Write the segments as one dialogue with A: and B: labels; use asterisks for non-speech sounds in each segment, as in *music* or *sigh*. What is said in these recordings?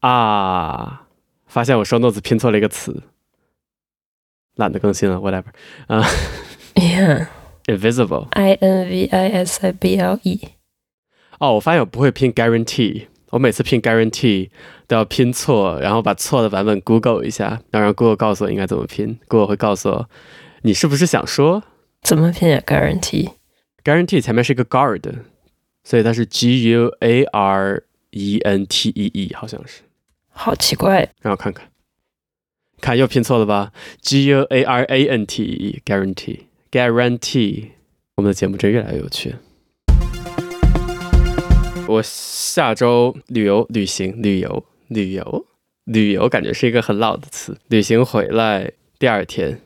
A: 啊，发现我 show notes 拼错了一个词，懒得更新了，whatever。啊
B: Yeah,
A: ，invisible。
B: I N V I S I B L E。
A: 哦，我发现我不会拼 guarantee，我每次拼 guarantee 都要拼错，然后把错的版本 Google 一下，要让 Google 告诉我应该怎么拼。Google 会告诉我，你是不是想说
B: 怎么拼啊？Guarantee。
A: guarantee 前面是一个 guard，所以它是 G U A R E N T E E，好像是。
B: 好奇怪，
A: 让我看看，看又拼错了吧？G U A R A N T E E guarantee guarantee，我们的节目真越来越有趣。我下周旅游、旅行、旅游、旅游、旅游，感觉是一个很老的词。旅行回来第二天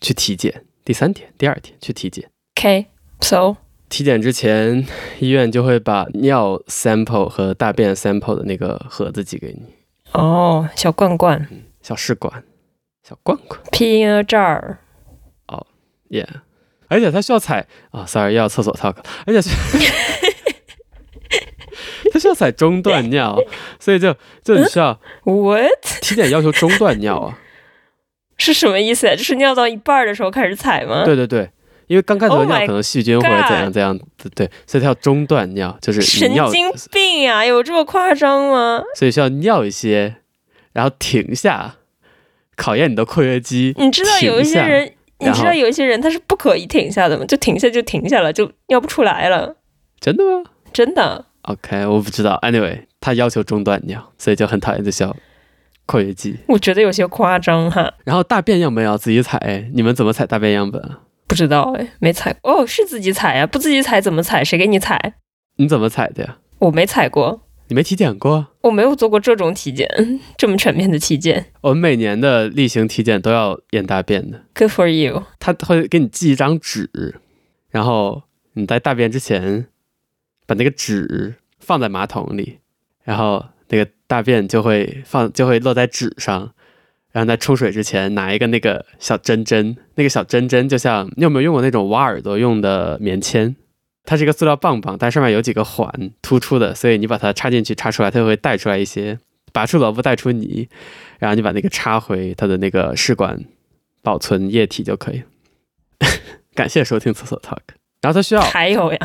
A: 去体检，第三天、第二天去体检。
B: Okay, so
A: 体检之前，医院就会把尿 sample 和大便 sample 的那个盒子寄给你，
B: 哦，小罐罐
A: 小试管，小罐罐。
B: ，pee in a jar。
A: 耶、yeah.！而且他需要采啊、s o r r y 要厕所 talk，而且是 *laughs* 他需要采中断尿，所以就就你需
B: 嗯
A: 要
B: What
A: 体检要求中断尿啊。
B: 是什么意思啊？就是尿到一半儿的时候开始踩吗？
A: 对对对，因为刚开头的
B: 嗯 Oh my
A: 尿可能细菌或者怎样
B: God
A: 怎样，对对，所以他要中断尿，就是
B: 神
A: 你尿，呃
B: 经病呀、有这么夸张吗？
A: 所以需要尿一些，然后停下，考验你的括约肌。
B: 你知道有一
A: 停
B: 些
A: 下
B: 人，你
A: 然
B: 知
A: 后
B: 道有一些人他是不可以停下的吗？就停下就停下了，就尿不出来了，
A: 真的吗
B: 真的。
A: ？OK，我不知道。Anyway，他要求中断尿，所以就很讨厌这小括约肌。
B: 我觉得有些夸张哈，
A: 然后大便样本要自己采，你们怎么采大便样本啊？
B: 不知道哎，没踩过。哦，是自己踩呀、不自己踩怎么踩？谁给你踩？
A: 你怎么采的呀？
B: 我没踩过，
A: 你没体检过？
B: 我没有做过这种体检， *laughs* 这么全面的体检。
A: 我们每年的例行体检都要验大便的，
B: Good for you。
A: 他会给你寄一张纸，然后你在大便之前把那个纸放在马桶里，然后那个大便就会放就会落在纸上，然后在冲水之前拿一个那个小针针，那个小针针就像你有没有用过那种挖耳朵用的棉签？它是一个塑料棒棒，但上面有几个环突出的，所以你把它插进去插出来，它就会带出来一些，拔出萝卜带出泥，然后你把那个插回它的那个试管保存液体就可以。 *laughs* 感谢收听厕所 talk。然后它需要，
B: 还有呀，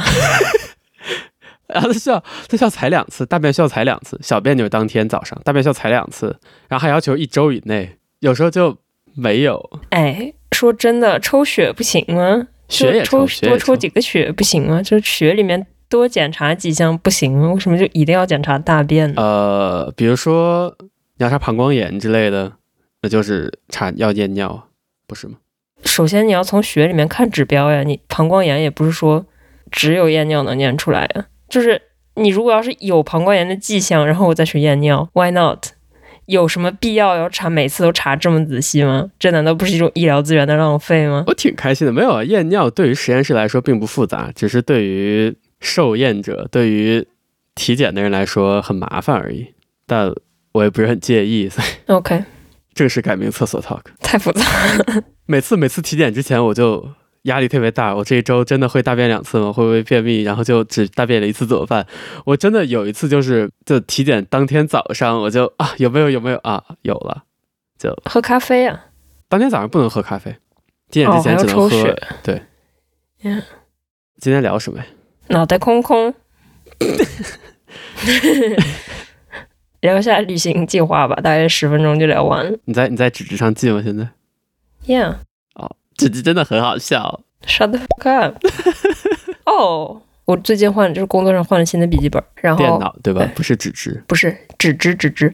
A: 然后它需要，它需要踩两次，大便需要踩两次，小便就是当天早上，大便需要踩两次，然后还要求一周以内，有时候就没有。
B: 哎，说真的，抽血不行吗？
A: 血也
B: 就抽
A: 抽，血
B: 多
A: 也
B: 抽
A: 抽
B: 几个血不行吗？就是血里面多检查几项不行吗？为什么就一定要检查大便呢？
A: 呃，比如说你要查膀胱炎之类的，那就是查要验尿啊，不是吗？
B: 首先你要从血里面看指标呀，你膀胱炎也不是说只有验尿能验出来呀，就是你如果要是有膀胱炎的迹象，然后我再去验尿，Why not？有什么必要要查每次都查这么仔细吗？这难道不是一种医疗资源的浪费吗？
A: 我挺开心的，没有啊。验尿对于实验室来说并不复杂，只是对于受验者、对于体检的人来说很麻烦而已。但我也不是很介意，所以
B: OK，
A: 正式改名厕所 talk。
B: 太复杂了。
A: 每次每次体检之前，我就压力特别大。我这一周真的会大便两次吗？会不会便秘？然后就只大便了一次怎么办？我真的有一次就是，就体检当天早上，我就啊有没有有没有啊有了，就
B: 喝咖啡啊，
A: 当天早上不能喝咖啡，体检
B: 哦
A: 之前
B: 还
A: 只
B: 要
A: 能
B: 抽
A: 喝。
B: 血
A: 对
B: Yeah
A: 今天聊什么呀？
B: 脑袋空 *laughs* 空。聊一下旅行计划吧，大概十分钟就聊完了。
A: 你在你在纸质上记吗？现在
B: Yeah,
A: 哦，纸质真的很好笑。
B: shut the fuck up. *laughs* 哦、我最近换就是工作上换了新的笔记本，然后
A: 电脑对吧？不是纸质。
B: 不是纸质纸
A: *laughs*
B: 质。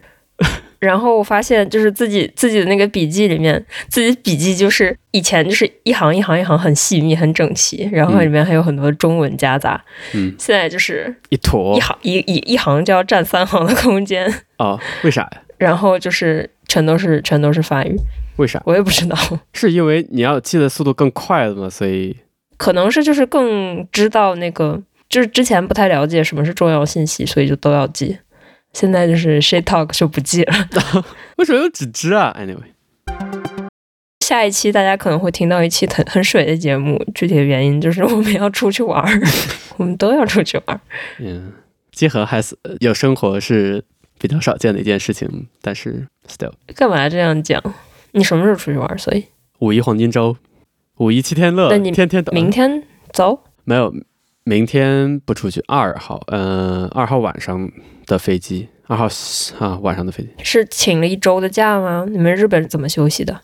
B: 然后我发现，就是自己自己的那个笔记里面，自己笔记就是以前就是一行一行一行很细密、很整齐，然后
A: 嗯
B: 里面还有很多中文夹杂。
A: 嗯
B: 现在就是
A: 一坨
B: 一行一一一行就要占三行的空间，
A: 哦，为啥呀？
B: 然后就是全都是全都是法语，
A: 为啥？
B: 我也不知道，
A: 是因为你要记的速度更快了吗？所以
B: 可能是就是更知道那个，就是之前不太了解什么是重要信息，所以就都要记。现在就是 shit talk 就不记了。
A: 为什么用纸质啊？Anyway，
B: 下一期大家可能会听到一期很很水的节目，具体的原因就是我们要出去玩儿，我们都要出去玩儿。
A: 嗯，结合还是呃有生活是比较少见的一件事情，但是 still
B: 干嘛这样讲？你什么时候出去玩？所以
A: 五一黄金周，五一七天乐
B: 那，你
A: 天天等。
B: 明天走。
A: 没有，明天不出去。二号，嗯、二号晚上的飞机，二号啊晚上的飞机，
B: 是请了一周的假吗？你们日本怎么休息的？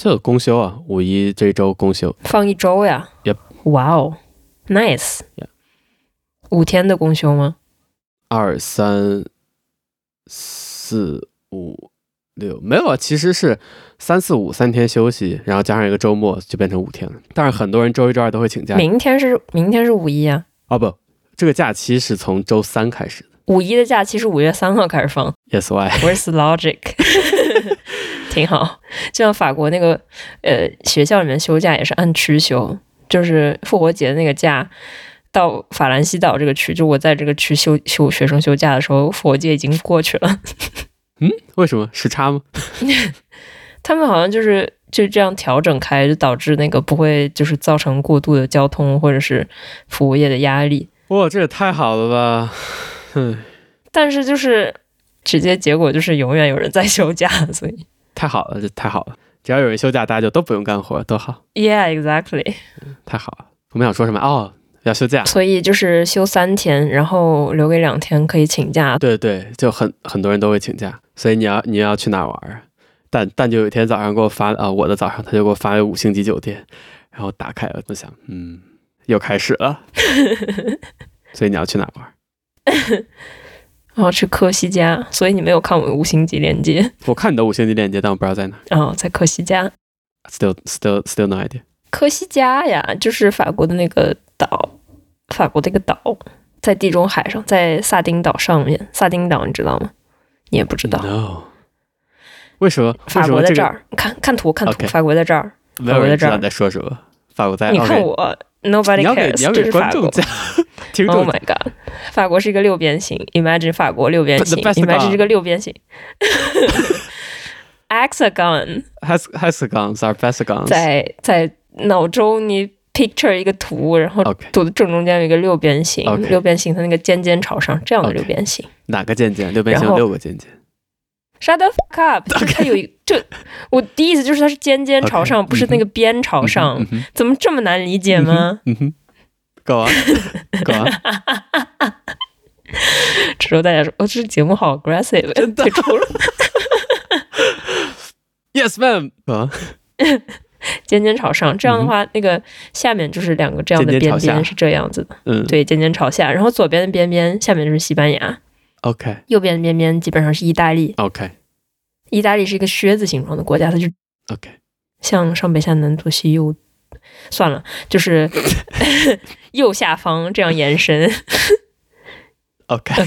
A: 这公休啊，五一这一周公休，
B: 放一周呀
A: Yep.？
B: 哇哦，nice
A: Yeah.。
B: 五天的公休吗？
A: 二三四五六没有啊，其实是三四五三天休息，然后加上一个周末就变成五天了。但是很多人周一周二都会请假，
B: 明天是明天是五一啊，
A: 哦不，这个假期是从周三开始的。
B: 五一的假期是五月三号开始放。
A: Yes, why？ *laughs*
B: Where's the logic？挺好，就像法国那个呃学校里面休假也是按区休，就是复活节那个假到法兰西岛这个区，就我在这个区休休学生休假的时候，复活节已经过去了。 *laughs*
A: 为什么时差吗？
B: 他们好像就是就这样调整开，就导致那个不会就是造成过度的交通或者是服务业的压力。
A: 哇，这也太好了吧！哼，
B: 但是就是直接结果就是永远有人在休假，所以
A: 太好了，这太好了！只要有人休假，大家就都不用干活，多好，
B: yeah exactly。
A: 太好了。我们想说什么？哦，要休假。
B: 所以就是休三天，然后留给两天可以请假。
A: 对对，就很很多人都会请假，所以你要你要去哪玩儿？但但就有一天早上给我发啊、我的早上他就给我发了五星级酒店，然后打开我就想，嗯，又开始了。所以你要去哪玩儿？
B: *laughs* 然后去科西嘉，所以你没有看我的五星级链接
A: 我看你的五星级链接，但我不知道在哪儿。
B: 哦，在科西嘉，
A: Still still still no idea。
B: 科西嘉呀，就是法国的那个岛，法国的一个岛，在地中海上，在萨丁岛上面。萨丁岛你知道吗？你也不知道，
A: No。为什么？嗯为
B: 法
A: 什
B: 国
A: 么
B: 在
A: 这
B: 这
A: 个
B: 儿，看看图看图
A: OK
B: 法国在这儿。
A: 没有
B: 法国在
A: 人知
B: 这儿
A: 道你在说什么？法国在
B: 你看
A: OK
B: 我 n o b o
A: 你
B: d y
A: 要给你
B: cares，
A: 要
B: 这
A: 给
B: 是
A: 观
B: 法
A: 众
B: 国。
A: 讲， *laughs* 听众
B: Oh my god！法国是一个六边形，Imagine 法国六边
A: But the
B: 形
A: best
B: ，Imagine
A: part-
B: 这个六边形，hexagon
A: has hexagons are hexagons。
B: 在在脑中你 picture 一个图，然后
A: OK，
B: 图的正中间有一个六边形
A: OK
B: 六边形它那个尖尖朝上，这样的
A: OK
B: 六边形。
A: 哪个尖尖？六边形
B: 然
A: 有
B: 后
A: 六个尖尖。
B: Shut the
A: *laughs*
B: fuck up！就是它有一就我第一次就是它是尖尖朝上
A: OK，
B: 不是那个边朝上
A: 嗯哼
B: 怎么这么难理解吗？
A: 嗯哼，Go *laughs* on，Go on，
B: 这时候大家说，哦，这节目好 aggressive，
A: 真
B: *laughs*
A: 的
B: 退出了。
A: Yes, ma'am。啊，
B: 尖尖朝上，这样的话，那个下面就是两个这样
A: 嗯
B: 的
A: 尖尖
B: 边
A: 朝下
B: 边是这样子的，
A: 嗯，
B: 对，尖尖朝下，然后左边的边边下面就是西班牙，
A: ，OK，OK，、
B: 右边的边边基本上是意大利，
A: OK
B: 意大利是一个靴子形状的国家，它就
A: OK，
B: 向上北下南左西右，算了， *laughs* 就是右下方这样延伸
A: OK，OK，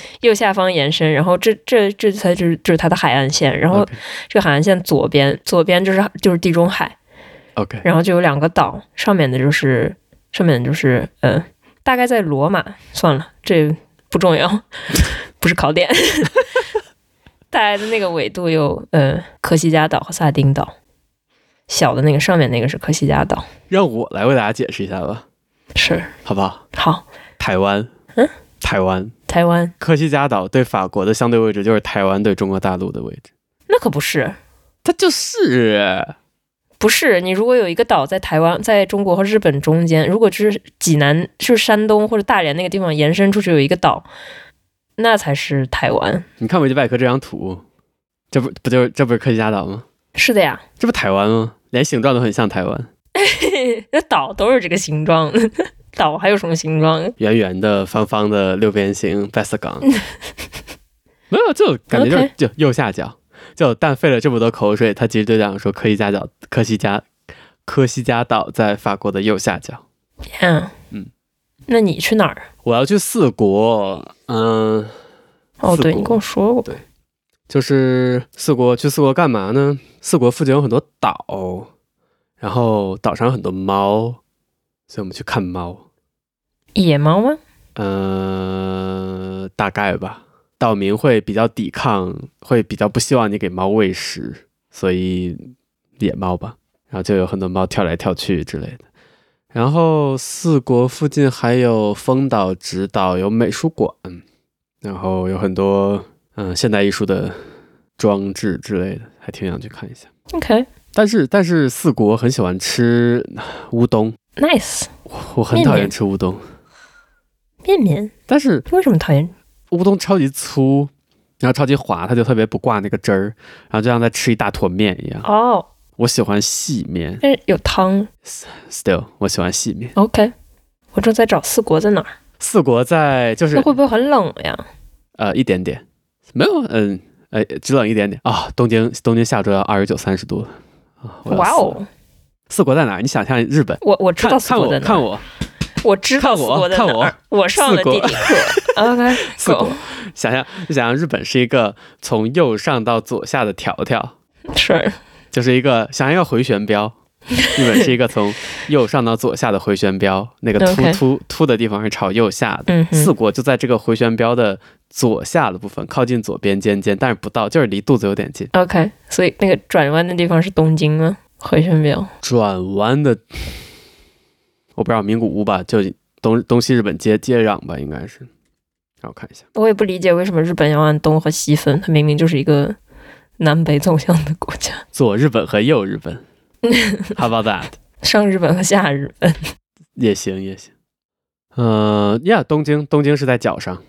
A: *laughs* OK
B: 右下方延伸，然后这这这才就是就是它的海岸线，然后
A: OK
B: 这个海岸线左边左边就是就是地中海，
A: OK
B: 然后就有两个岛，上面的就是上面的就是呃，大概在罗马，算了，这不重要， *laughs* 不是考点。 *laughs* 大概的那个纬度有呃科西嘉岛和萨丁岛，小的那个上面那个是科西嘉岛，
A: 让我来为大家解释一下吧，
B: 是
A: 好不好？
B: 好
A: 台湾，
B: 嗯，
A: 台湾，
B: 台湾
A: 科西嘉岛对法国的相对位置就是台湾对中国大陆的位置，
B: 那可不是。
A: 它就是啊
B: 不是你，如果有一个岛在台湾、在中国和日本中间，如果就是济南、就是山东或者大连那个地方延伸出去有一个岛，那才是台湾。
A: 你看维基百科这张图，这不不就是这不是科西嘉岛吗？
B: 是的呀，
A: 这不台湾吗？连形状都很像台湾，
B: 那岛都是这个形状， *laughs* 岛还有什么形状？
A: 圆圆的、方方的、六边形、b e s t 港。没有，就感觉就是
B: OK
A: 就右下角。就但费了这么多口水，他其实就想说科西嘉岛、科西嘉、科西嘉岛在法国的右下角。
B: 嗯
A: 嗯，
B: 那你去哪儿？
A: 我要去四国，嗯、
B: 哦，
A: 四
B: 对
A: 国
B: 你跟我说过，
A: 就是四国，去四国干嘛呢？四国附近有很多岛，然后岛上有很多猫，所以我们去看猫。
B: 野猫吗？
A: 呃，大概吧。岛民会比较抵抗，会比较不希望你给猫喂食，所以野猫吧。然后就有很多猫跳来跳去之类的。然后四国附近还有丰岛、直岛有美术馆，嗯然后有很多嗯现代艺术的装置之类的，还挺想去看一下。
B: OK，nice，、
A: 但是但是四国很喜欢吃乌冬，我我很
B: 面
A: 讨厌
B: 面
A: 吃乌冬，
B: 面面
A: 但是
B: 为什么讨厌？
A: 乌冬超级粗，然后超级滑，它就特别不挂那个汁儿，然后就像在吃一大坨面一样。
B: 哦，
A: 我喜欢细面
B: 但是有汤。
A: ，still 我喜欢细面。
B: OK，我正在找四国在哪儿，
A: 四国在就是
B: 那会不会很冷呀？
A: 呃，一点点，没有，嗯，呃，只冷一点点啊、东京，东京下周要二十九、三十度了啊！我要
B: 哇
A: 死了！
B: 哦，
A: 四国在哪儿？你想象日本，
B: 我我知
A: 看
B: 道四
A: 看
B: 国在
A: 我，
B: 哪儿，
A: 看我，
B: 我知道
A: 看
B: 四
A: 我
B: 国在
A: 看
B: 哪
A: 我
B: 儿，我上了
A: 四国
B: 地理课。OK，
A: *laughs* 四国，想象就想象日本是一个从右上到左下的条条，
B: 是
A: 就是一个想象一个回旋
B: *laughs*
A: 镖。日本是一个从右上到左下的回旋镖，那个凸
B: OK
A: 凸凸的地方是朝右下的。
B: 嗯哼
A: 四国就在这个回旋镖的左下的部分，靠近左边尖尖，但是不到，就是离肚子有点近。
B: OK，所以那个转弯的地方是东京吗？回旋镖。
A: 转弯的，我不知道名古屋吧，就东东西日本接接壤吧，应该是。让我看一下，
B: 我也不理解为什么日本要按东和西分，它明明就是一个南北走向的国家，
A: 左日本和右日
B: *laughs*
A: 本，How about that？
B: 上日本和下日本。
A: 也行也行。呃，呀，东京东京是在脚上，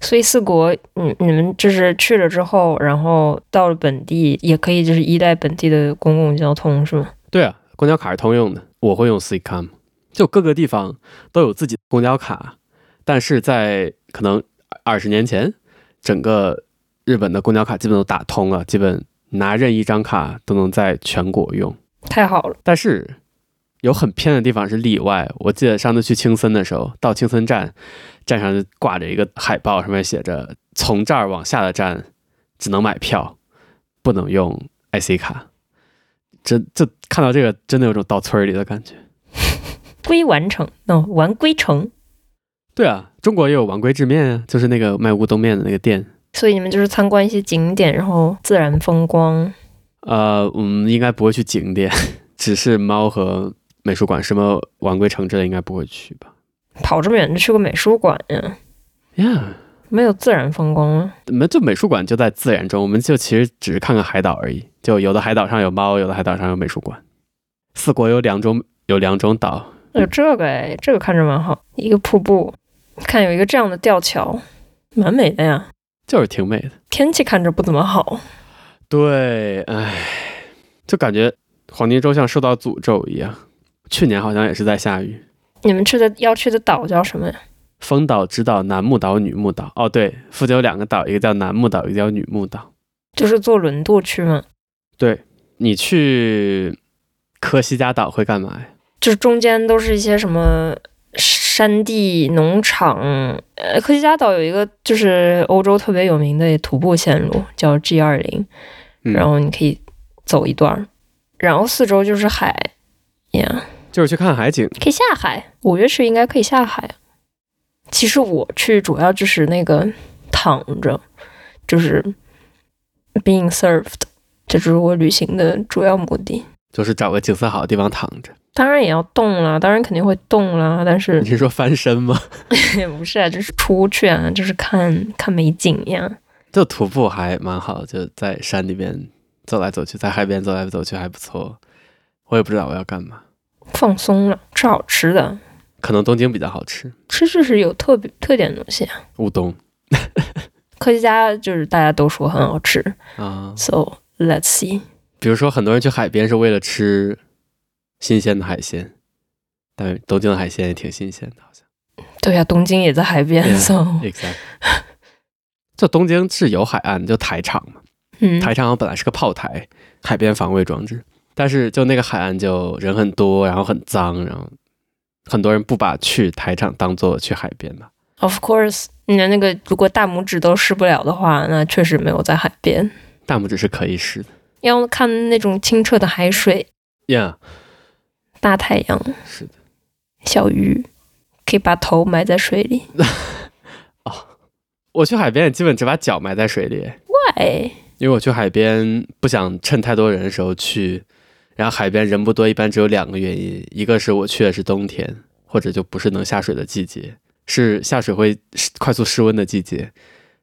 B: 所以四国，嗯你你们就是去了之后，然后到了本地也可以就是依赖本地的公共交通，是吗？
A: 对啊，公交卡是通用的，我会用 Ccom，就各个地方都有自己的公交卡，但是在可能二十年前，整个日本的公交卡基本都打通了，基本拿任意一张卡都能在全国用。
B: 太好了，
A: 但是有很偏的地方是例外。我记得上次去青森的时候，到青森站，站上就挂着一个海报，上面写着“从这儿往下的站只能买票，不能用 IC 卡”。真就看到这个，真的有种到村儿里的感觉。
B: 归完成，那、完归程。
A: 对啊，中国也有王龟制面啊，就是那个卖乌冬面的那个店。
B: 所以你们就是参观一些景点，然后自然风光。
A: 呃，我们应该不会去景点， *laughs* 只是猫和美术馆，什么王龟城之类应该不会去吧
B: 跑这么远就去个美术馆呀？
A: ？Yeah。
B: 没有自然风光吗？
A: 没，就美术馆就在自然中，我们就其实只是看看海岛而已。就有的海岛上有猫，有的海岛上有美术馆。四国有两种，有两种岛，
B: 有这个哎，这个看着蛮好，一个瀑布，看有一个这样的吊桥，蛮美的呀。
A: 就是挺美的。
B: 天气看着不怎么好，
A: 对，唉，就感觉黄金周像受到诅咒一样。去年好像也是在下雨。
B: 你们去的要去的岛叫什么呀？
A: 丰岛、直岛、男木岛、女木岛。哦，对，附近有两个岛，一个叫男木岛，一个叫女木岛。
B: 就是坐轮渡去吗？
A: 你去科西嘉岛会干嘛呀？
B: 就是中间都是一些什么山地农场。呃，科西嘉岛有一个就是欧洲特别有名的徒步线路，叫 G 二零，
A: 嗯
B: 然后你可以走一段儿，然后四周就是海呀。
A: 就是去看海景。
B: 可以下海，五月去应该可以下海。其实我去主要就是那个躺着，就是 being served，这就是我旅行的主要目的。
A: 就是找个景色好的地方躺着。
B: 当然也要动啦，当然肯定会动啦，但是
A: *laughs* 你是说翻身吗？
B: 不是啊，就是出去啊，就是看看美景呀。
A: 就徒步还蛮好，就在山里边走来走去，在海边走来走去还不错。我也不知道我要干嘛，
B: 放松了，吃好吃的，
A: 可能东京比较好吃，
B: 吃就是有特别特点的东西啊。
A: 乌冬
B: 科学家就是大家都说很好吃
A: 啊。
B: ，so let's see。
A: 比如说，很多人去海边是为了吃新鲜的海鲜，但东京的海鲜也挺新鲜的，好像。
B: 对呀、啊东京也在海边
A: Yeah.
B: so
A: Exactly。就东京是有海岸，就台场嘛，
B: 嗯，
A: 台场本来是个炮台，海边防卫装置，但是就那个海岸就人很多，然后很脏，然后很多人不把去台场当做去海边吧。
B: Of course，你的那个如果大拇指都湿不了的话，那确实没有在海边，
A: 大拇指是可以使的。
B: 要看那种清澈的海水、
A: *laughs* 呀、
B: 大太阳、
A: 是的。
B: 小鱼，可以把头埋在水里。
A: 哦我去海边也基本只把脚埋在水里，
B: 哎，
A: 因为我去海边不想趁太多人的时候去。然后海边人不多，一般只有两个原因，一个是我去的是冬天，或者就不是能下水的季节；是下水会失快速失温的季节。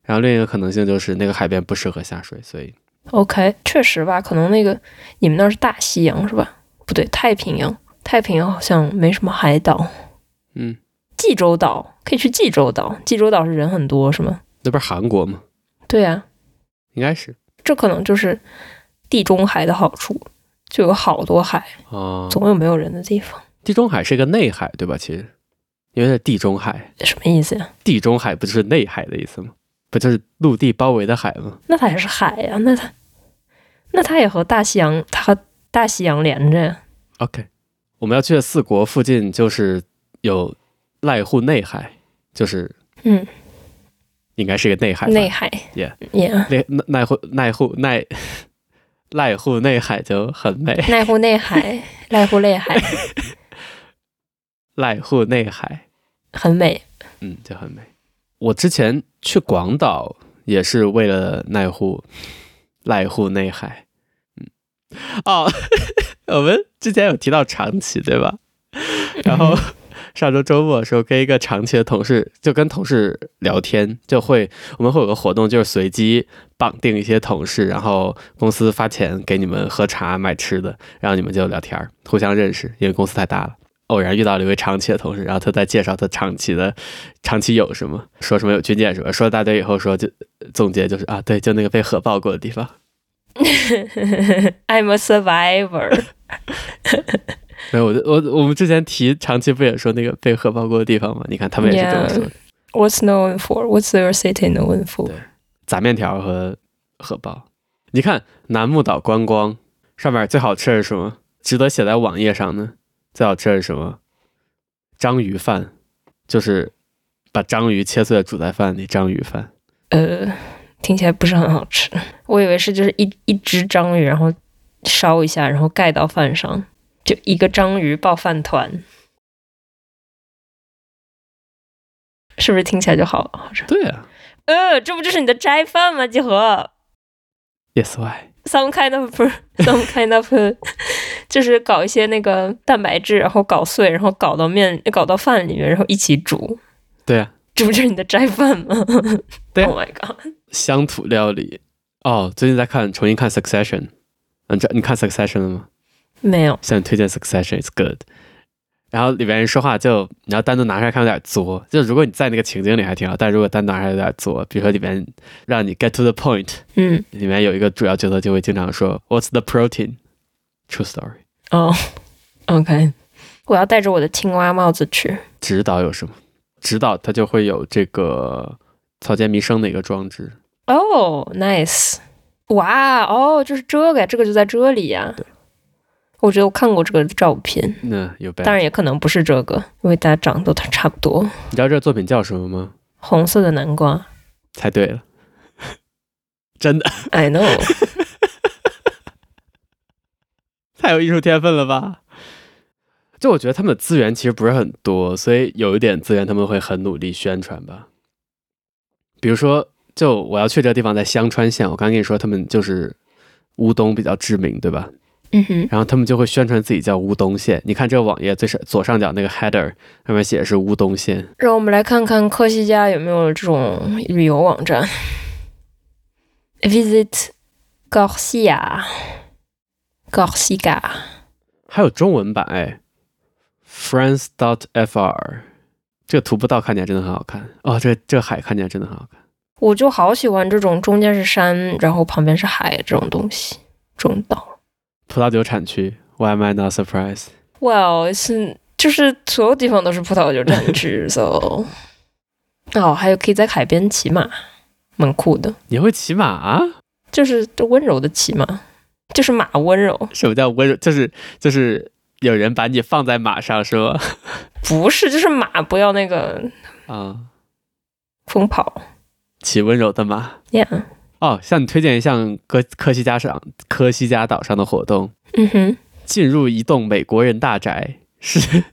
A: 然后另一个可能性就是那个海边不适合下水，所以
B: OK，确实吧，可能那个你们那儿是大西洋是吧？不对，太平洋，太平洋好像没什么海岛。
A: 嗯，
B: 济州岛可以去济州岛，济州岛是人很多是吗？
A: 那不是韩国吗？
B: 对呀、
A: 应该是
B: 这可能就是地中海的好处，就有好多海，
A: 哦。
B: 总有没有人的地方。
A: 地中海是个内海，对吧？其实因为在地中海，
B: 什么意思呀？
A: 地中海不就是内海的意思吗？不就是陆地包围的海吗？
B: 那它也是海呀、那它那它也和大西洋，它和大西洋连着呀。
A: OK，我们要去的四国附近就是有濑户内海，就是
B: 嗯，
A: 应该是一个内海吧。
B: 内海
A: Yeah
B: 也
A: 内奈奈户奈户奈 *laughs* 濑户内海就很美，
B: 濑户
A: *laughs*
B: 内海，濑户内海
A: 濑户内海，
B: 很美。
A: 嗯，就很美。我之前去广岛也是为了奈户濑户内海，嗯，哦， *laughs* 我们之前有提到长崎对吧？然后 *laughs* 上周周末的时候，跟一个长期的同事，就跟同事聊天，就会我们会有个活动，就是随机绑定一些同事，然后公司发钱给你们喝茶、买吃的，然后你们就聊天儿，互相认识，因为公司太大了。偶然遇到了一位长期的同事，然后他在介绍他长期的长期有什么，说什么有军舰什么，说了大堆以后说就总结就是啊，对，就那个被核爆过的地方， *laughs*
B: I'm a survivor
A: 没有，我就我我们之前提长期不也说那个被核爆过的地方吗？你看他们也是这么说的。
B: What's known for? What's your city known for?
A: 对炸面条和荷包。你看楠木岛观光上面最好吃的是什么？值得写在网页上呢？最好吃的是什么？章鱼饭，就是把章鱼切碎了煮在饭里，章鱼饭。
B: 呃，听起来不是很好吃。我以为是就是一一只章鱼，然后烧一下，然后盖到饭上，就一个章鱼爆饭团，是不是听起来就好好吃？
A: 对啊
B: 呃，这不就是你的斋饭吗？集合
A: ，Yes why？
B: ，some kind of some kind of，就是搞一些那个蛋白质，然后搞碎，然后搞到面，搞到饭里面，然后一起煮，
A: 对啊，
B: 这不就是你的斋饭吗
A: 对
B: ？Oh my god！
A: 乡土料理。哦，最近在看重新看 Succession，嗯，这你看 Succession 了吗？
B: 没有，
A: 向你推荐 Succession is good。然后里边人说话就你要单独拿出来看有点作，就如果你在那个情景里还挺好，但如果单独拿出来有点作，比如说里边让你 get to the point，
B: 嗯，
A: 里面有一个主要角色就会经常说 What's the protein? True story。
B: 哦、o k 我要戴着我的青蛙帽子去。
A: 指导有什么？指导它就会有这个草间弥生的一个装置，
B: 哦、n i c e 哇，哦，就是这个呀，这个就在这里呀。我觉得我看过这个照片，
A: 那有呗。
B: 当然也可能不是这个，因为大家长得都差不多。
A: 你知道这个作品叫什么吗？
B: 红色的南瓜
A: 猜对了，真的
B: ，I know，
A: *laughs* 太有艺术天分了吧？就我觉得他们的资源其实不是很多，所以有一点资源他们会很努力宣传吧。比如说，就我要去这个地方，在香川县，我刚跟你说他们就是乌冬比较知名，对吧？
B: 嗯哼，
A: 然后他们就会宣传自己叫乌冬县。你看这个网页最上左上角那个 header 上面写的是乌冬县，
B: 让我们来看看科西嘉有没有这种旅游网站。Visit Garcia，Garcia，
A: 还有中文版哎，france dot fr。这个徒步道看起来真的很好看哦，这这海看起来真的很好看。
B: 我就好喜欢这种中间是山，然后旁边是海这种东西，这种岛。
A: 葡萄酒产区，Why am I not surprised？
B: Well，是就是所有地方都是葡萄酒产区，so *laughs* 哦，还有可以在海边骑马，蛮酷的，
A: 你会骑马、啊？
B: 就是温柔的骑马，就是马温柔，
A: 什么叫温柔？就是就是有人把你放在马上是吗？
B: 不是就是马不要那个
A: *laughs* 啊，
B: 疯跑
A: 骑温柔的马。
B: ，Yeah，
A: 哦，向你推荐一项科科西嘉上科西嘉岛上的活动，
B: 嗯哼
A: 进入一栋美国人大宅是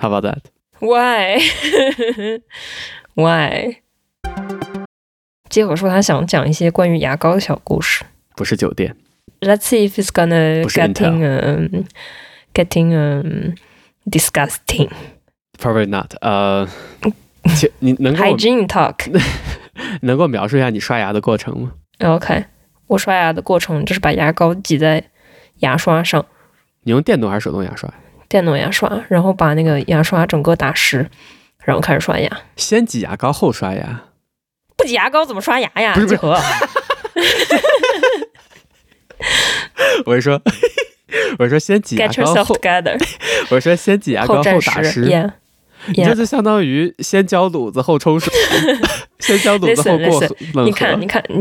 A: ，How about that？
B: *laughs* ，Why，Why？结果说他想讲一些关于牙膏的小故事。
A: 不是酒店，
B: let's see if it's gonna
A: 不是
B: getting um, getting um, disgusting
A: probably not。呃， *laughs* 请你能给我
B: hygiene talk。 *laughs*
A: 能给我描述一下你刷牙的过程吗？
B: OK，我刷牙的过程就是把牙膏挤在牙刷上，
A: 你用电动还是手动牙刷？
B: 电动牙刷，然后把那个牙刷整个打湿，然后开始刷牙。
A: 先挤牙膏后刷牙？ *laughs*
B: 不挤牙膏怎么刷牙呀？啊
A: 不是不是
B: 几何，
A: 我是说， *laughs* 我是说先挤牙
B: get
A: 膏
B: yourself
A: 后，
B: together，
A: 我是说先挤牙膏
B: 后
A: 后
B: 沾
A: 打
B: 湿
A: 湿，
B: ，yeah
A: 你这
B: yeah。
A: 就相当于先浇卤子后
B: *laughs*
A: 冲水，先浇卤子后
B: Listen,
A: 过
B: listen，
A: 冷
B: 你看，
A: 河
B: 你。看，你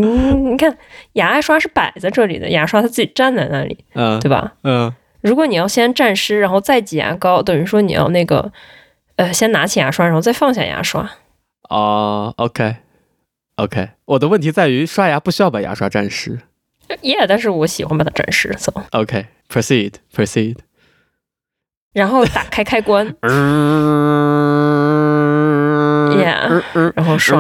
B: 你看，牙刷是摆在这里的，牙刷它自己站在那里，
A: 嗯
B: 对吧？
A: 嗯，
B: 如果你要先蘸湿，然后再挤牙膏，等于说你要那个，呃，先拿起牙刷，然后再放下牙刷。
A: 哦，OK OK，我的问题在于刷牙不需要把牙刷沾湿。
B: Yeah，但是我喜欢把它蘸湿，走。
A: OK，proceed、proceed。 *laughs*
B: 然后打开开关，
A: Yeah，
B: 然后 *laughs* 刷。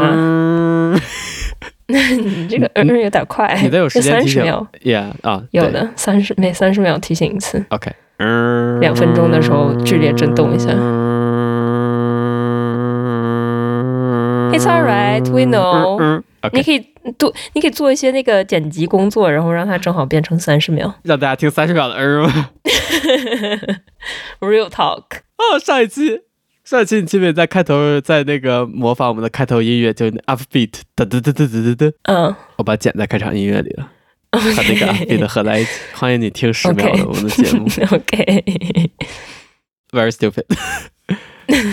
B: 你这个嗯嗯有点快，
A: 嗯你得有时间
B: 三
A: 提
B: 十
A: 醒
B: 秒，
A: Yeah 啊，
B: 有
A: 对
B: 的三十每三十秒提醒一次。
A: OK，嗯
B: 两分钟的时候剧烈震动一下 It's alright, we know。你
A: OK，
B: 可以多，你可以做一些那个剪辑工作，然后让它正好变成三十秒。
A: 让大家听三十秒的嗯吗？
B: Real talk，
A: *laughs* 哦，上一期。上一期你记不记得在开头，在那个模仿我们的开头音乐，就 upbeat，哒哒哒哒哒哒哒，
B: 嗯
A: 我把它剪在开场音乐里了，把那
B: *laughs*
A: 个
B: ，OK，OK，
A: upbeat 合在一起。欢迎你听十秒的我们的节目，very stupid。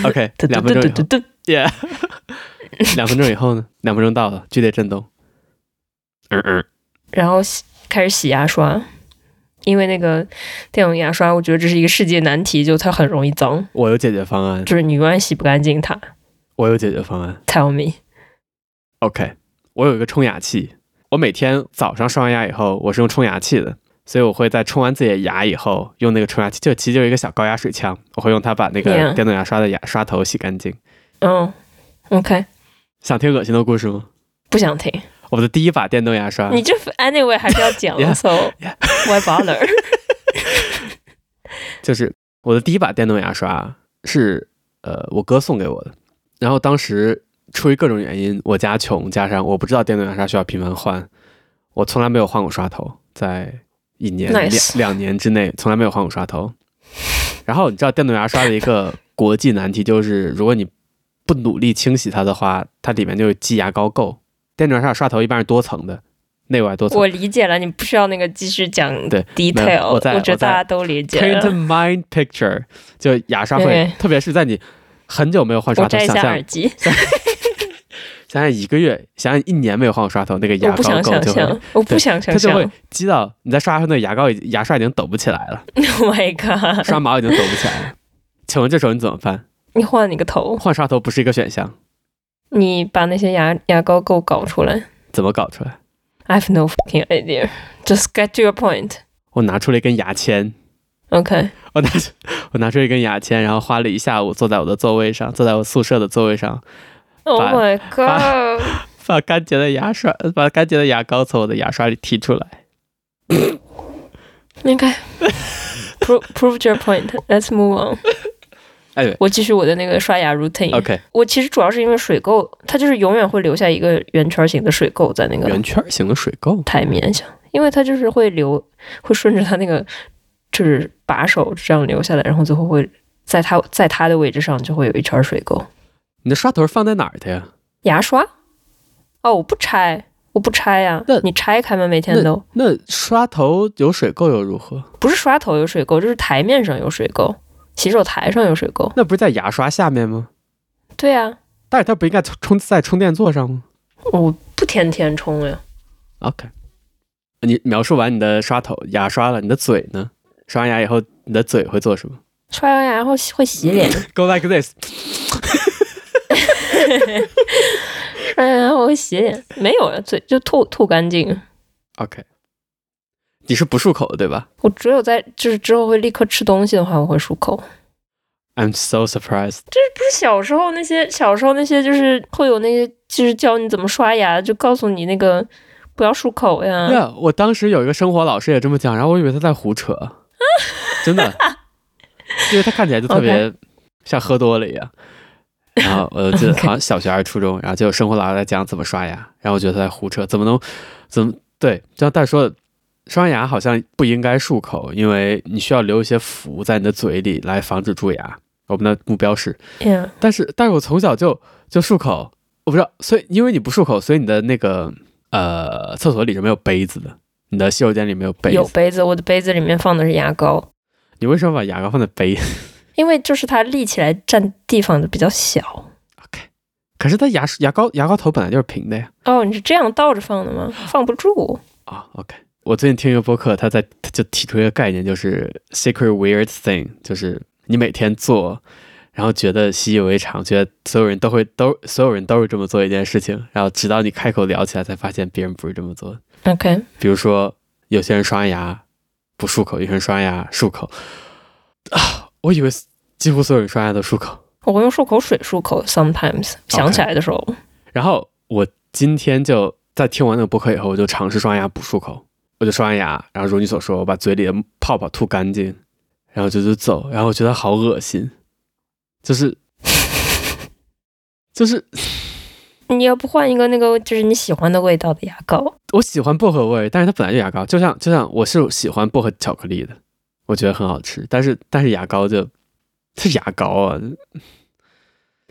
A: OK，*laughs*
B: 嘟
A: 两
B: 嘟
A: 分
B: 嘟
A: 钟以后
B: 嘟嘟嘟，
A: ，yeah，两分钟以后呢？两分钟到了，剧烈震动，嗯嗯，
B: 然后洗开始洗牙刷，因为那个电动牙刷，我觉得这是一个世界难题，就它很容易脏，
A: 我有解决方案，
B: 就是你永远洗不干净它。
A: 我有解决方案。
B: Tell me，
A: OK，我有一个冲牙器，我每天早上刷完牙以后，我是用冲牙器的，所以我会在冲完自己的牙以后，用那个冲牙器，就其实就是一个小高压水枪，我会用它把那个
B: Yeah
A: 电动牙刷的牙刷头洗干净。
B: 嗯，OK，
A: 想听恶心的故事吗？
B: 不想听。
A: 我的第一把电动牙刷，
B: 你这 anyway 还是要讲
A: 啊 *laughs* Yeah,
B: s o
A: yeah.
B: why bother？
A: *laughs* 就是我的第一把电动牙刷是呃我哥送给我的，然后当时出于各种原因，我家穷，加上我不知道电动牙刷需要频繁换，我从来没有换过刷头，在一年
B: Nice
A: 两两年之内从来没有换过刷头。然后你知道电动牙刷的一个国际难题就是，如果你不努力清洗它的话，它里面就有积牙膏垢。电动牙刷的刷头一般是多层的，内外多层。
B: 我理解了，你不需要那个继续讲
A: 对
B: detail，
A: 我在
B: 觉
A: 我在
B: 得大家都理解
A: Paint a
B: 了。
A: mind picture，就牙刷会
B: OK，
A: 特别是在你很久没有换
B: 我
A: 刷头，
B: 摘一
A: 想
B: 下
A: 象
B: 耳机，
A: 想想一个月，想想一年没有换过刷头，那个
B: 我
A: 牙
B: 不
A: 膏
B: 想
A: 垢
B: 想
A: 就会
B: 象，，我不
A: 对
B: 想想
A: 它就
B: 象
A: 会。积到你在刷的时候，那个牙膏已经牙刷已经抖不起来
B: *laughs*
A: 了，
B: Oh my god！
A: 刷毛已经抖不起来了。请问这时候你怎么办？
B: 你换你个头，
A: 换刷头不是一个选项，
B: 你把那些牙牙膏垢搞出来。
A: 怎么搞出来？
B: I have no fucking idea. Just get to your point.
A: 我拿出了一根牙签，
B: OK，
A: 我拿出我拿出一根牙签，然后花了一下午坐在我的座位上，坐在我宿舍的座位上，
B: Oh
A: 把
B: my god！
A: 把干结的牙刷，把干结的牙膏从我的牙刷里剔出来。
B: 应该 prove prove your point. Let's move on.
A: 哎对
B: 我继续我的那个刷牙 routine。
A: OK，
B: 我其实主要是因为水垢，它就是永远会留下一个圆圈形的水垢在那个
A: 圆圈型的水垢。
B: 台面上，因为它就是会流，会顺着它那个就是把手这样流下来，然后最后会在它在它的位置上就会有一圈水垢。
A: 你的刷头放在哪儿的啊呀？
B: 牙刷，哦，我不拆，我不拆呀、
A: 那
B: 你拆开吗？每天都
A: 那刷头有水垢又如何？
B: 不是刷头有水垢，就是台面上有水垢，洗手台上有水垢。
A: 那不是在牙刷下面吗？
B: 对呀、
A: 但是它不应该充充在充电座上吗
B: 我不天天冲呀、
A: ？OK，你描述完你的刷头牙刷了，你的嘴呢？刷完牙以后，你的嘴会做什么
B: 刷完牙然后洗会洗脸，
A: *laughs* ？Go like this。
B: 刷完牙然后会洗脸，没有呀，嘴就吐吐干净。
A: OK，你是不漱口的对吧
B: 我只有在就是之后会立刻吃东西的话，我会漱口。
A: ？I'm so surprised。
B: 不是小时候那些小时候那些就是会有那些就是教你怎么刷牙，就告诉你那个不要漱口呀。
A: 对啊，我当时有一个生活老师也这么讲，然后我以为他在胡扯，真的，因为他看起来就特别像喝多了一样。然后我记得好像小学还是初中，然后就有生活老师在讲怎么刷牙，然后我觉得他在胡扯，怎么能怎么对？就像大说的，刷牙好像不应该漱口，因为你需要留一些氟在你的嘴里来防止蛀牙。我们的目标是，
B: Yeah，
A: 但是但是我从小就就漱口，我不知道，所以因为你不漱口，所以你的那个呃厕所里是没有杯子的，你的洗手间里没有杯
B: 有
A: 子，
B: 杯子，我的杯子里面放的是牙膏，
A: 你为什么把牙膏放在杯 *laughs* 子？
B: 因为就是它立起来占地方的比较小。
A: 可是它牙牙膏牙膏头本来就是平的呀。
B: 哦，你是这样倒着放的吗？放不住。
A: 啊，OK、o k 我最近听一个播客，他在他就提出一个概念，就是 secret weird thing，就是你每天做，然后觉得习以为常，觉得所有人都会都所有人都是这么做一件事情，然后直到你开口聊起来，才发现别人不是这么做的。
B: OK，
A: 比如说，有些人刷牙不漱口，有些人刷牙漱口啊，我以为几乎所有人刷牙都漱口。
B: 我用漱口水漱口，sometimes 想起来的时 *laughs* 候。
A: 然后我今天就在听完那个播客以后，我就尝试刷牙不漱口，我就刷完牙，然后如你所说，我把嘴里的泡泡吐干净，然后就就走，然后我觉得好恶心，就是就是
B: 你要不换一个那个就是你喜欢的味道的牙膏？
A: 我喜欢薄荷味，但是它本来就牙膏，就像就像我是喜欢薄荷巧克力的，我觉得很好吃，但是但是牙膏就 *laughs* 它是牙膏啊，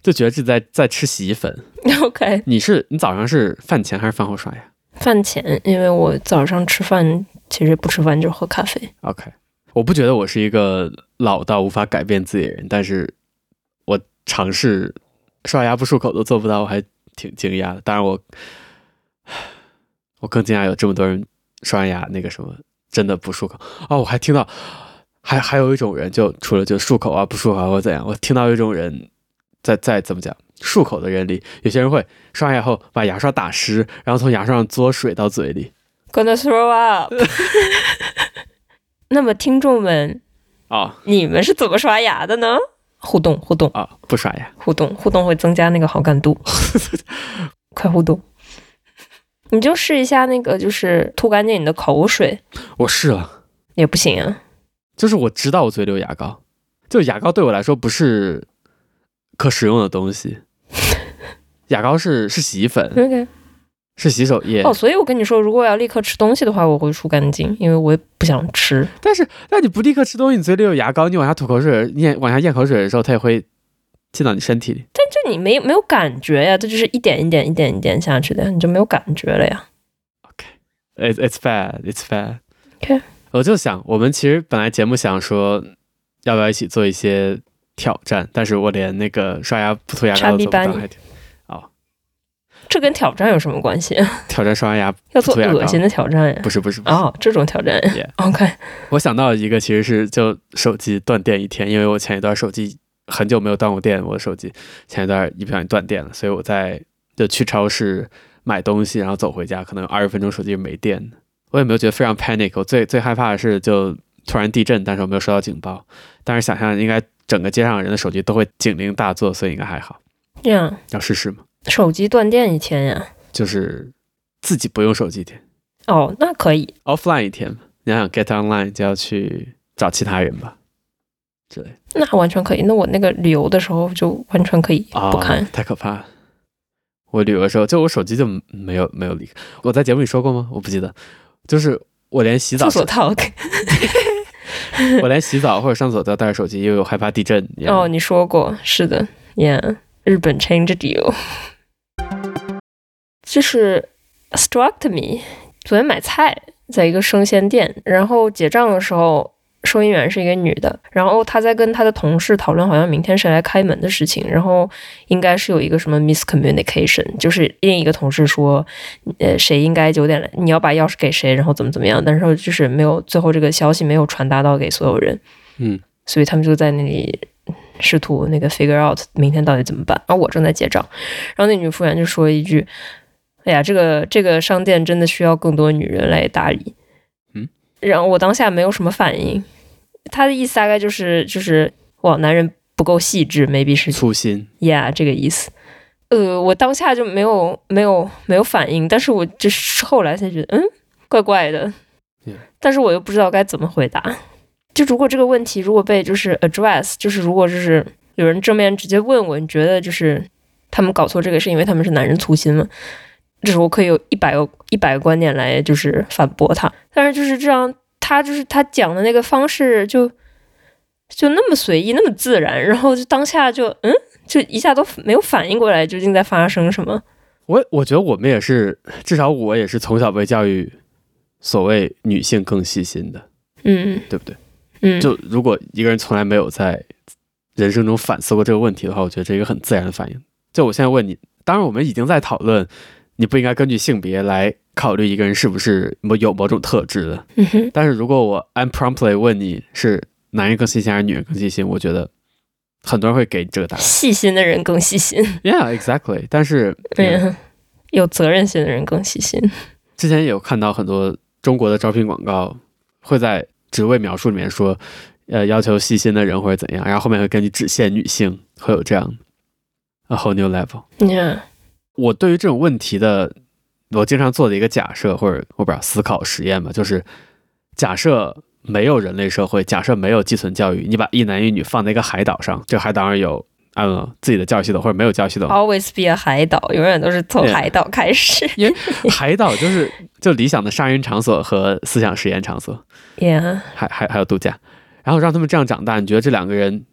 A: 就觉得自己在在吃洗衣粉。
B: OK，
A: 你是你早上是饭前还是饭后刷牙？
B: 饭前，因为我早上吃饭其实不吃饭就是喝咖啡。
A: OK，我不觉得我是一个老到无法改变自己的人，但是我尝试刷牙不漱口都做不到，我还挺惊讶的。当然我， *sighs* 我更惊讶有这么多人刷完牙那个什么真的不漱口哦，我还听到还还有一种人就除了就漱口啊不漱口啊或怎样，我听到有一种人在在怎么讲漱口的人里，有些人会刷完牙后把牙刷打湿，然后从牙刷上嘬水到嘴里
B: Gonna throw *laughs* up 。那么，听众们，
A: 啊
B: 你们是怎么刷牙的呢？互动，互动，
A: 啊、不刷牙。
B: 互动，互动会增加那个好感度。快互动！你就试一下那个，就是吐干净你的口水
A: 我试了。
B: 也不行啊。
A: 就是我知道我嘴里有牙膏，就牙膏对我来说不是可使用的东
B: *laughs*
A: 西。牙膏是是洗衣粉，
B: OK，
A: 是洗手液，
B: 嗯哦，所以我跟你说，如果我要立刻吃东西的话，我会漱干净，因为我也不想吃。
A: 但是但你不立刻吃东西，你嘴里有牙膏，你往下吐口水、咽往下咽口水的时候，它也会进到你身体里。
B: 就你没没有感觉呀，这就是一点一点一点一点下去的，你就没有感觉了呀。
A: It's it's bad, it's bad.
B: 嗯 OK
A: 我就想，我们其实本来节目想说要不要一起做一些挑战，但是我连那个刷牙不涂牙膏都做不
B: 插
A: 到，
B: 鼻
A: 还挺
B: 这跟挑战有什么关系？ *laughs*
A: 挑战刷完牙不
B: 要做
A: 涂牙膏
B: 恶心的挑战呀？
A: 不是不是不是
B: 哦，这种挑战
A: Yeah
B: OK，
A: 我想到一个，其实是就手机断电一天，因为我前一段手机很久没有断过电，我的手机前一段一不小心断电了，所以我在就去超市买东西，然后走回家，可能二十分钟手机是没电的。我也没有觉得非常 panic，我最最害怕的是就突然地震，但是我没有收到警报。但是想象应该整个街上的人的手机都会警铃大作，所以应该还好。
B: 这样
A: 要试试吗？
B: 手机断电一天呀？
A: 就是自己不用手机一天
B: 哦，那可以。
A: ，offline 一天嘛。你要想 get online，就要去找其他人吧，之类的。
B: 那完全可以。那我那个旅游的时候就完全可以
A: 啊，
B: 不看。
A: 太可怕了。我旅游的时候，就我手机就没有没有离开。我在节目里说过吗？我不记得，就是我连洗澡
B: 厕，所 talk
A: *laughs* 我连洗澡或者上厕所都要带着手机，因为我害怕地震。你知道吗
B: 哦，，你说过是的，Yeah，日本 change deal，就是 struck me。昨天买菜，在一个生鲜店，然后结账的时候，收银员是一个女的，然后她在跟她的同事讨论，好像明天谁来开门的事情，然后应该是有一个什么 miscommunication，就是另一个同事说，呃，谁应该九点来，你要把钥匙给谁，然后怎么怎么样，但是就是没有最后这个消息没有传达到给所有人，
A: 嗯，
B: 所以他们就在那里试图那个 figure out 明天到底怎么办。然后我正在结账，然后那女服务员就说一句：“哎呀，这个这个商店真的需要更多女人来打理。”
A: 嗯，
B: 然后我当下没有什么反应，她的意思大概就是就是哇，男人不够细致，maybe 是
A: 粗心。
B: 呀这个意思。呃，我当下就没有没有没有反应，但是我就是后来才觉得，嗯，怪怪的
A: Yeah.
B: 但是我又不知道该怎么回答。就如果这个问题如果被就是 address，就是如果就是有人正面直接问我，你觉得就是他们搞错这个是因为他们是男人粗心吗？这时候我可以有一百个一百个观点来就是反驳他，但是就是这样，他就是他讲的那个方式就就那么随意，那么自然，然后就当下就嗯，就一下都没有反应过来究竟在发生什么。
A: 我我觉得我们也是，至少我也是从小被教育，所谓女性更细心的，
B: 嗯
A: 对不对？
B: 嗯，
A: 就如果一个人从来没有在人生中反思过这个问题的话，我觉得这是一个很自然的反应。就我现在问你，当然我们已经在讨论，你不应该根据性别来考虑一个人是不是某有某种特质的。
B: 嗯哼，
A: 但是如果我 I'm promptly 问你是男人更细心还是女人更细心，我觉得很多人会给你这个答
B: *laughs*
A: 案。 *laughs*
B: 细心的人更细心，
A: Yeah, exactly。但是
B: 对、 *laughs* 有责任心的人更细心。
A: 之前也有看到很多中国的招聘广告会在职位描述里面说，呃，要求细心的人或者怎样，然后后面会根据只限女性，会有这样 a whole new level。
B: Yeah，
A: 我对于这种问题的，我经常做的一个假设或者我不知道思考实验吧，就是假设没有人类社会，假设没有寄存教育，你把一男一女放在一个海岛上，这个海岛上有啊自己的教育系统或者没有教育系统，
B: always be a 海岛，永远都是从
A: Yeah
B: 海岛开始。
A: 海岛就是就理想的杀人场所和思想实验场所。
B: Yeah，
A: 还还还有度假，然后让他们这样长大，你觉得这两个人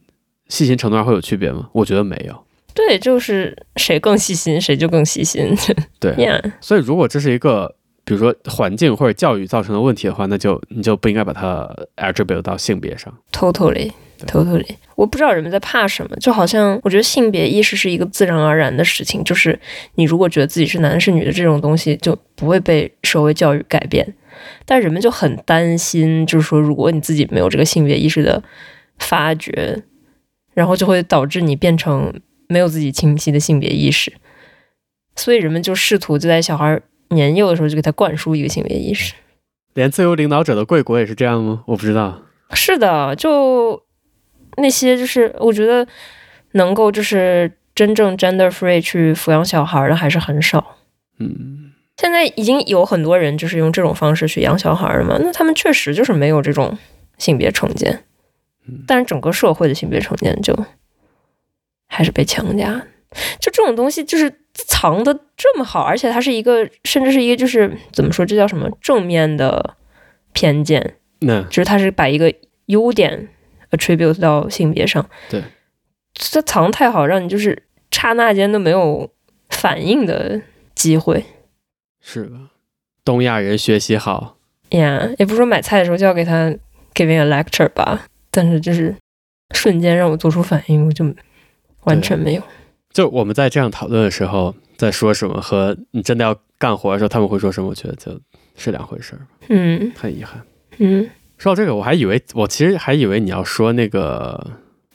A: 细心程度上会有区别吗？我觉得没有。
B: 对，就是谁更细心，谁就更细心。
A: 对
B: yeah，
A: 所以如果这是一个比如说环境或者教育造成的问题的话，那就你就不应该把它 attribute 到性别上。
B: totally。totally，我不知道人们在怕什么，就好像我觉得性别意识是一个自然而然的事情，就是你如果觉得自己是男是女的这种东西就不会被社会教育改变，但人们就很担心，就是说如果你自己没有这个性别意识的发掘，然后就会导致你变成没有自己清晰的性别意识，所以人们就试图就在小孩年幼的时候就给他灌输一个性别意识。
A: 连自由领导者的贵国也是这样吗？我不知道。
B: 是的，就那些就是我觉得能够就是真正 gender free 去抚养小孩儿的还是很少。
A: 嗯，
B: 现在已经有很多人就是用这种方式去养小孩儿了嘛，那他们确实就是没有这种性别成见
A: 嗯，
B: 但是整个社会的性别成见就还是被强加的。就这种东西就是藏的这么好，而且它是一个，甚至是一个就是怎么说，这叫什么正面的偏见，
A: 那
B: 就是他是把一个优点 attribute 到性别上。
A: 对，
B: 这藏得太好，让你就是刹那间都没有反应的机会
A: 是的，东亚人学习好，
B: 呀。也不是说买菜的时候就要给他 giving a lecture 吧，但是就是瞬间让我做出反应，我就完全没有。
A: 就我们在这样讨论的时候，在说什么和你真的要干活的时候，他们会说什么，我觉得就是两回事儿，
B: 嗯
A: 很遗憾。
B: 嗯
A: 说到这个，我还以为我其实还以为你要说那个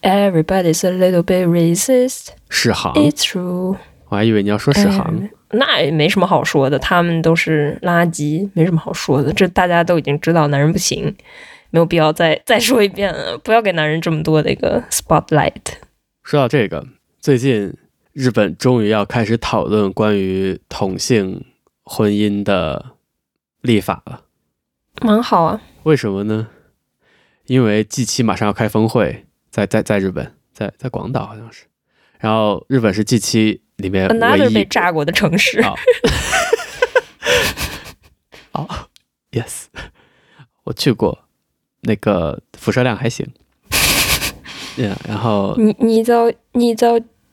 B: ，everybody's a little bit racist,
A: 史航，
B: it's true。
A: 我还以为你要说史航
B: 哎。那也没什么好说的，他们都是垃圾，没什么好说的。这大家都已经知道，男人不行，没有必要再再说一遍了。不要给男人这么多的一个 spotlight。
A: 说到这个，最近日本终于要开始讨论关于同性婚姻的立法了。
B: 蛮好啊，
A: 为什么呢？因为 G 七马上要开峰会，在在在日本，在在广岛好像是。然后日本是 G 七里面
B: another
A: 呃唯
B: 被
A: 一
B: 炸过的城市。
A: 哦哦，yes，我去过，那个辐射量还
B: *laughs*
A: 行。yeah，然后
B: 你你早你早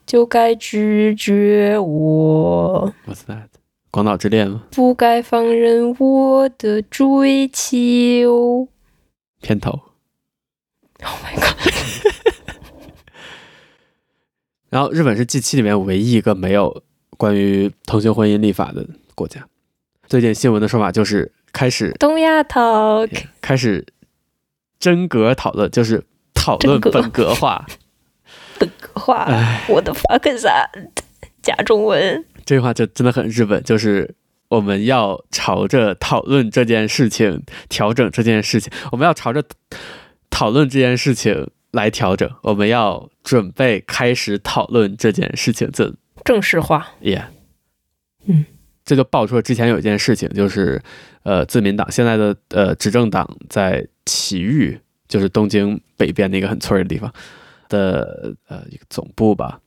B: 就该拒绝我，
A: What's that？广岛之恋吗？
B: 不该放任我的追求。
A: 片头。
B: Oh my god！
A: 然后日本是 G 七里面唯一一个没有关于同性婚姻立法的国家。最近新闻的说法就是开始
B: 东亚 talk，
A: 开始真格讨论，就是讨论
B: 真格
A: 本格
B: *laughs*
A: 化。
B: 话
A: 哎，
B: 我的 fuck is that？假中文。
A: 这句话就真的很日本，就是我们要朝着讨论这件事情、调整这件事情，我们要朝着讨论这件事情来调整，我们要准备开始讨论这件事情，这
B: 正式化。
A: Yeah，
B: 嗯，
A: 这就爆出了之前有一件事情，就是呃，自民党现在的呃执政党在埼玉，就是东京北边的一个很村儿的地方，的呃一个总部吧，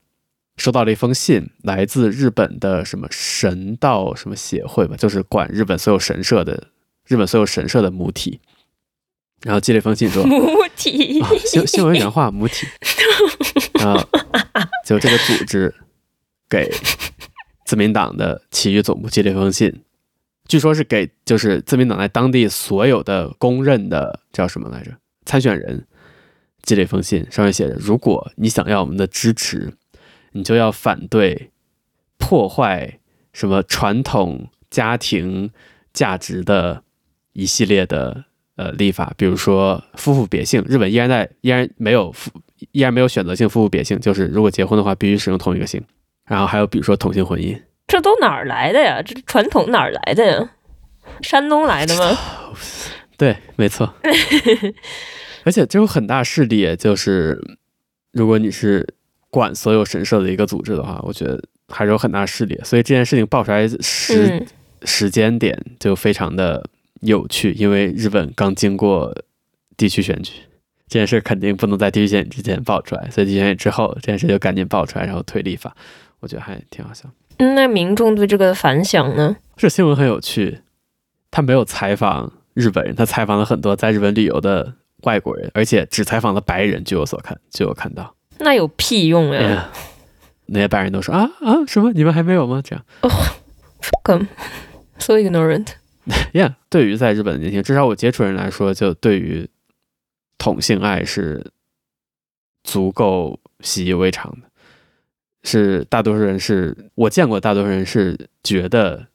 A: 收到了一封信，来自日本的什么神道什么协会吧，就是管日本所有神社的日本所有神社的母体。然后寄了一封信说，
B: *laughs* 母体
A: 啊，新新闻原话母体，然后就这个组织给自民党的其余总部寄了一封信，据说是给就是自民党在当地所有的公认的叫什么来着参选人寄了一封信，上面写着：如果你想要我们的支持，你就要反对破坏什么传统家庭价值的一系列的呃立法，比如说夫妇别姓，日本依然在依然没有夫依然没有选择性夫妇别姓，就是如果结婚的话必须使用同一个姓。然后还有比如说同性婚姻，
B: 这都哪儿来的呀？这传统哪儿来的呀？山东来的吗？
A: 对，没错。而且这有很大势力，就是如果你是管所有神社的一个组织的话，我觉得还是有很大势力。所以这件事情爆出来时、
B: 嗯，
A: 时间点就非常的有趣，因为日本刚经过地区选举，这件事肯定不能在地区选举之前爆出来，所以地区选举之后，这件事就赶紧爆出来，然后推立法，我觉得还挺好笑。
B: 嗯那民众对这个的反响呢？
A: 这新闻很有趣，他没有采访日本人，他采访了很多在日本旅游的外国人，而且只采访了白人。据我所看，据我看到，
B: 那有屁用
A: 哎
B: 呀？
A: 呀，那些白人都说啊啊什么你们还没有吗？这样
B: 更 so ignorant。
A: *laughs* ，Yeah，对于在日本的年轻人，至少我接触人来说，就对于同性爱是足够习以为常的，是大多数人是我见过，大多数人是觉得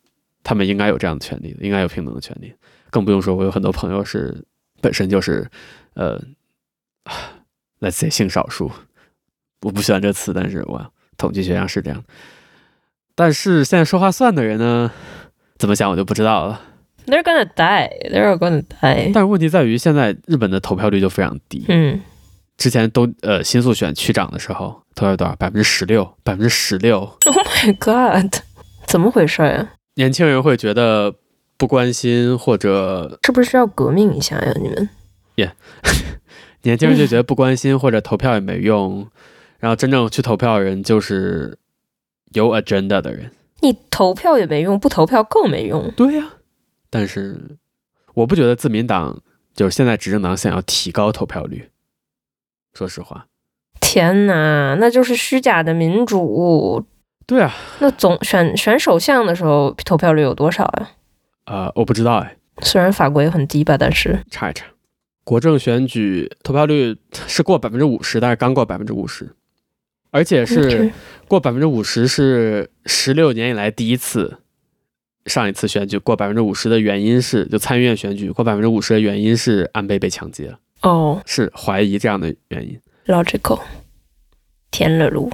A: 他们应该有这样的权利的，应该有平等的权利，更不用说我有很多朋友是本身就是呃，let's say 性少数，我不喜欢这词，但是我统计学上是这样。但是现在说话算的人呢，怎么想我就不知道了。
B: They're gonna die. They're gonna die.
A: 但是问题在于，现在日本的投票率就非常低。
B: 嗯，
A: 之前都呃新宿选区长的时候，投票率多少？百分之十六，百分之十六。
B: My *laughs* God，怎么回事呀、
A: 年轻人会觉得不关心，或者
B: 是不是要革命一下呀？你们
A: 年轻人就觉得不关心，或者投票也没用。 *laughs* 然后真正去投票的人就是有 agenda 的人。
B: 你投票也没用，不投票更没用。
A: 对呀、但是我不觉得自民党就是现在执政党想要提高投票率。说实话，
B: 天哪，那就是虚假的民主。
A: 对啊，
B: 那总选选首相的时候，投票率有多少呀、
A: 呃，我不知道哎，
B: 虽然法规很低吧，但是
A: 查一查。国政选举投票率是过百分之五十，但是刚过百分之五十，而且
B: 嗯
A: 是过百分之五十是十六年以来第一次。上一次选举过百分之五十的原因是，就参议院选举过百分之五十的原因是安倍被抢劫了，
B: 哦、
A: 是怀疑这样的原因。
B: l o g i c a l 填了路，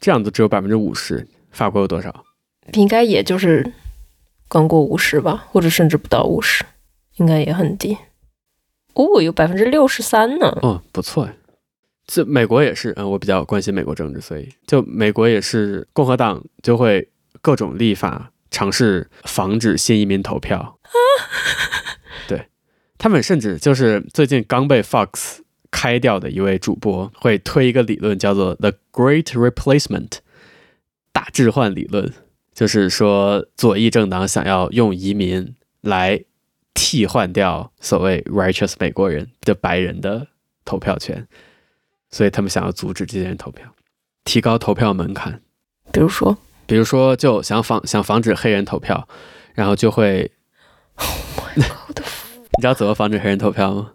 A: 这样子只有百分之五十，法国有多少？
B: 应该也就是刚过五十吧，或者甚至不到五十，应该也很低。哦，有百分之六十三呢。
A: 哦，不错哎。这美国也是，嗯，我比较关心美国政治，所以就美国也是共和党就会各种立法尝试防止新移民投票。对，他们甚至就是最近刚被 Fox 开掉的一位主播会推一个理论，叫做 The Great Replacement，大置换理论，就是说左翼政党想要用移民来替换掉所谓 righteous 美国人就白人的投票权，所以他们想要阻止这些人投票，提高投票门槛。
B: 比如说，
A: 比如说，就想防想防止黑人投票，然后就会， *laughs* 你知道怎么防止黑人投票吗？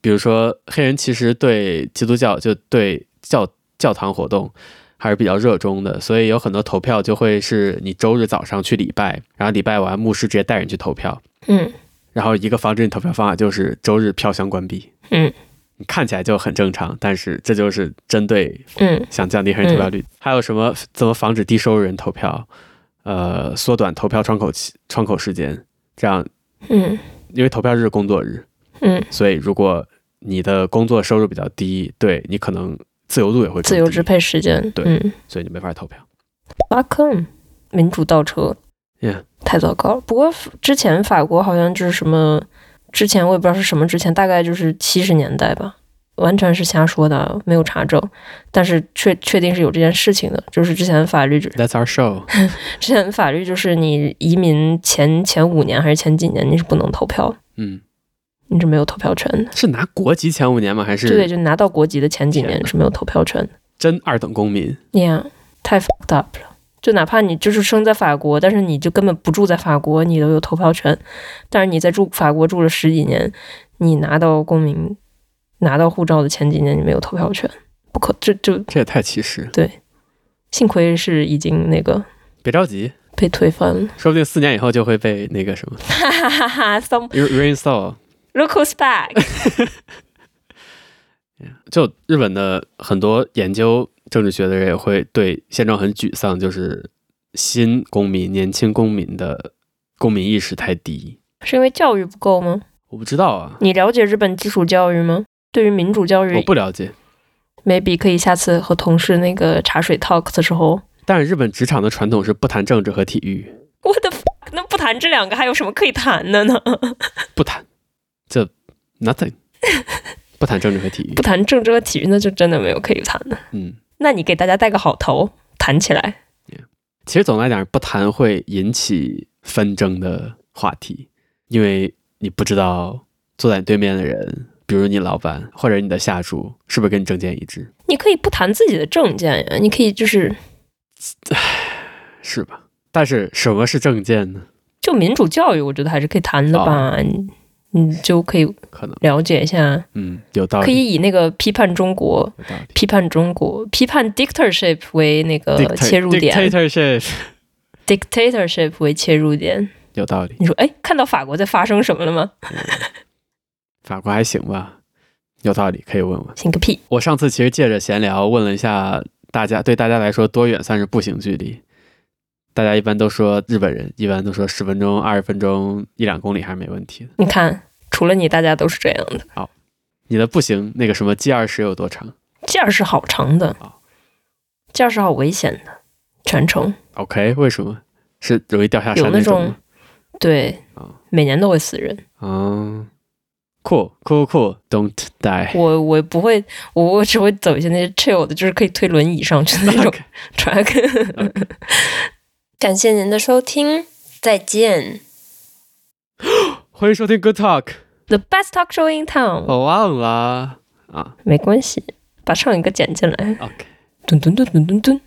A: 比如说，黑人其实对基督教就对教教堂活动还是比较热衷的，所以有很多投票就会是你周日早上去礼拜，然后礼拜完牧师直接带人去投票，
B: 嗯
A: 然后一个防止你投票方法就是周日票箱关闭。
B: 嗯，
A: 你看起来就很正常，但是这就是针对
B: 嗯，
A: 想降低黑人投票率。还有什么怎么防止低收入人投票？呃，缩短投票窗口期窗口时间，这样
B: 嗯
A: 因为投票日是工作日，
B: 嗯，
A: 所以如果你的工作收入比较低，对你可能自由度也会更低
B: 自由支，配时间，
A: 对
B: 嗯
A: 所以你没法投票。
B: ，fuck them，民主倒车
A: Yeah
B: 太糟糕了。不过之前法国好像就是什么，之前我也不知道是什么，之前大概就是七十年代吧，完全是瞎说的，没有查证，但是确确定是有这件事情的。就是之前法律，之
A: That's our show 。
B: 前法律就是你移民前前五年还是前几年，你是不能投票的，
A: 嗯，
B: 你是没有投票权的。
A: 是拿国籍前五年吗？还
B: 对对，
A: 是
B: 就拿到国籍的前几
A: 天
B: 年
A: 哪
B: 是没有投票权的。
A: 真二等公民？
B: Yeah，太 fucked up 了。就哪怕你就是生在法国，但是你就根本不住在法国，你都有投票权。但是你在住法国住了十几年，你拿到公民、拿到护照的前几年，你没有投票权，不可就就
A: 这也太歧视了！
B: 幸亏是已经那个
A: 别着急，
B: 被推翻了。
A: 说不定四年以后就会被那个什么
B: 哈哈哈哈！Some
A: re- reinstall。
B: look who's back 。
A: 就日本的很多研究政治学的人也会对现状很沮丧，就是新公民、年轻公民的公民意识太低。
B: *laughs* 是因为教育不够吗？
A: 我不知道啊，
B: 你了解日本基础教育吗？对于民主教
A: 我
B: 育
A: 不了解。
B: ，maybe 可以下次和同事那个茶水 talk 的时候，
A: 但是日本职场的传统是不谈政治和体育，
B: 我的 fuck，那不谈这两个还有什么可以谈的呢？ *laughs*
A: 不谈，这 nothing，不谈政治和体育
B: 不。谈政治和体育，那就真的没有可以谈的。
A: 嗯，
B: 那你给大家带个好头，谈起来。
A: 其实总的来讲，不谈会引起纷争的话题，因为你不知道坐在你对面的人，比如你老板或者你的下属，是不是跟你政见一致，
B: 你可以不谈自己的政见呀，你可以就是
A: 是吧？但是什么是政见呢？
B: 就民主教育，我觉得还是可以谈的吧。你你就可以
A: 可能，
B: 了解一下，
A: 嗯，有道
B: 可
A: 理，
B: 以以那个批判中国、
A: 有道理。
B: 批判中国、批判 dictatorship 为那个
A: Dicta-
B: 呃切入点
A: dictatorship，
B: ，dictatorship 为切入点。
A: 有道理。
B: 你说，哎，看到法国在发生什么了吗？
A: 法国还行吧，有道理，可以问问。
B: 信个屁！
A: 我上次其实借着闲聊问了一下大家，对大家来说多远算是步行距离？大家一般都说日本人一般都说十分钟、二十分钟、一两公里还是没问题的。
B: 你看，除了你，大家都是这样的。
A: 你的步行那个什么 G 二十有多长
B: 这样是好长的
A: 好，
B: 这样是好危险的，全程。
A: ？OK，为什么是容易掉下
B: 有
A: 山
B: 那
A: 种吗？
B: 对
A: 啊，
B: 每年都会死人。
A: 嗯，cool cool cool，don't die。
B: 我我不会，我我只会走一些那些 chill 的，就是可以推轮椅上去的那种
A: OK，
B: track。感谢您的收听，再见。
A: *laughs* 欢迎收听 Good Talk。
B: The best talk show in town，、
A: 我忘了啊
B: 没关系，把上一个剪进来。 *laughs*
A: ，OK。
B: 蹲蹲蹲蹲蹲蹲。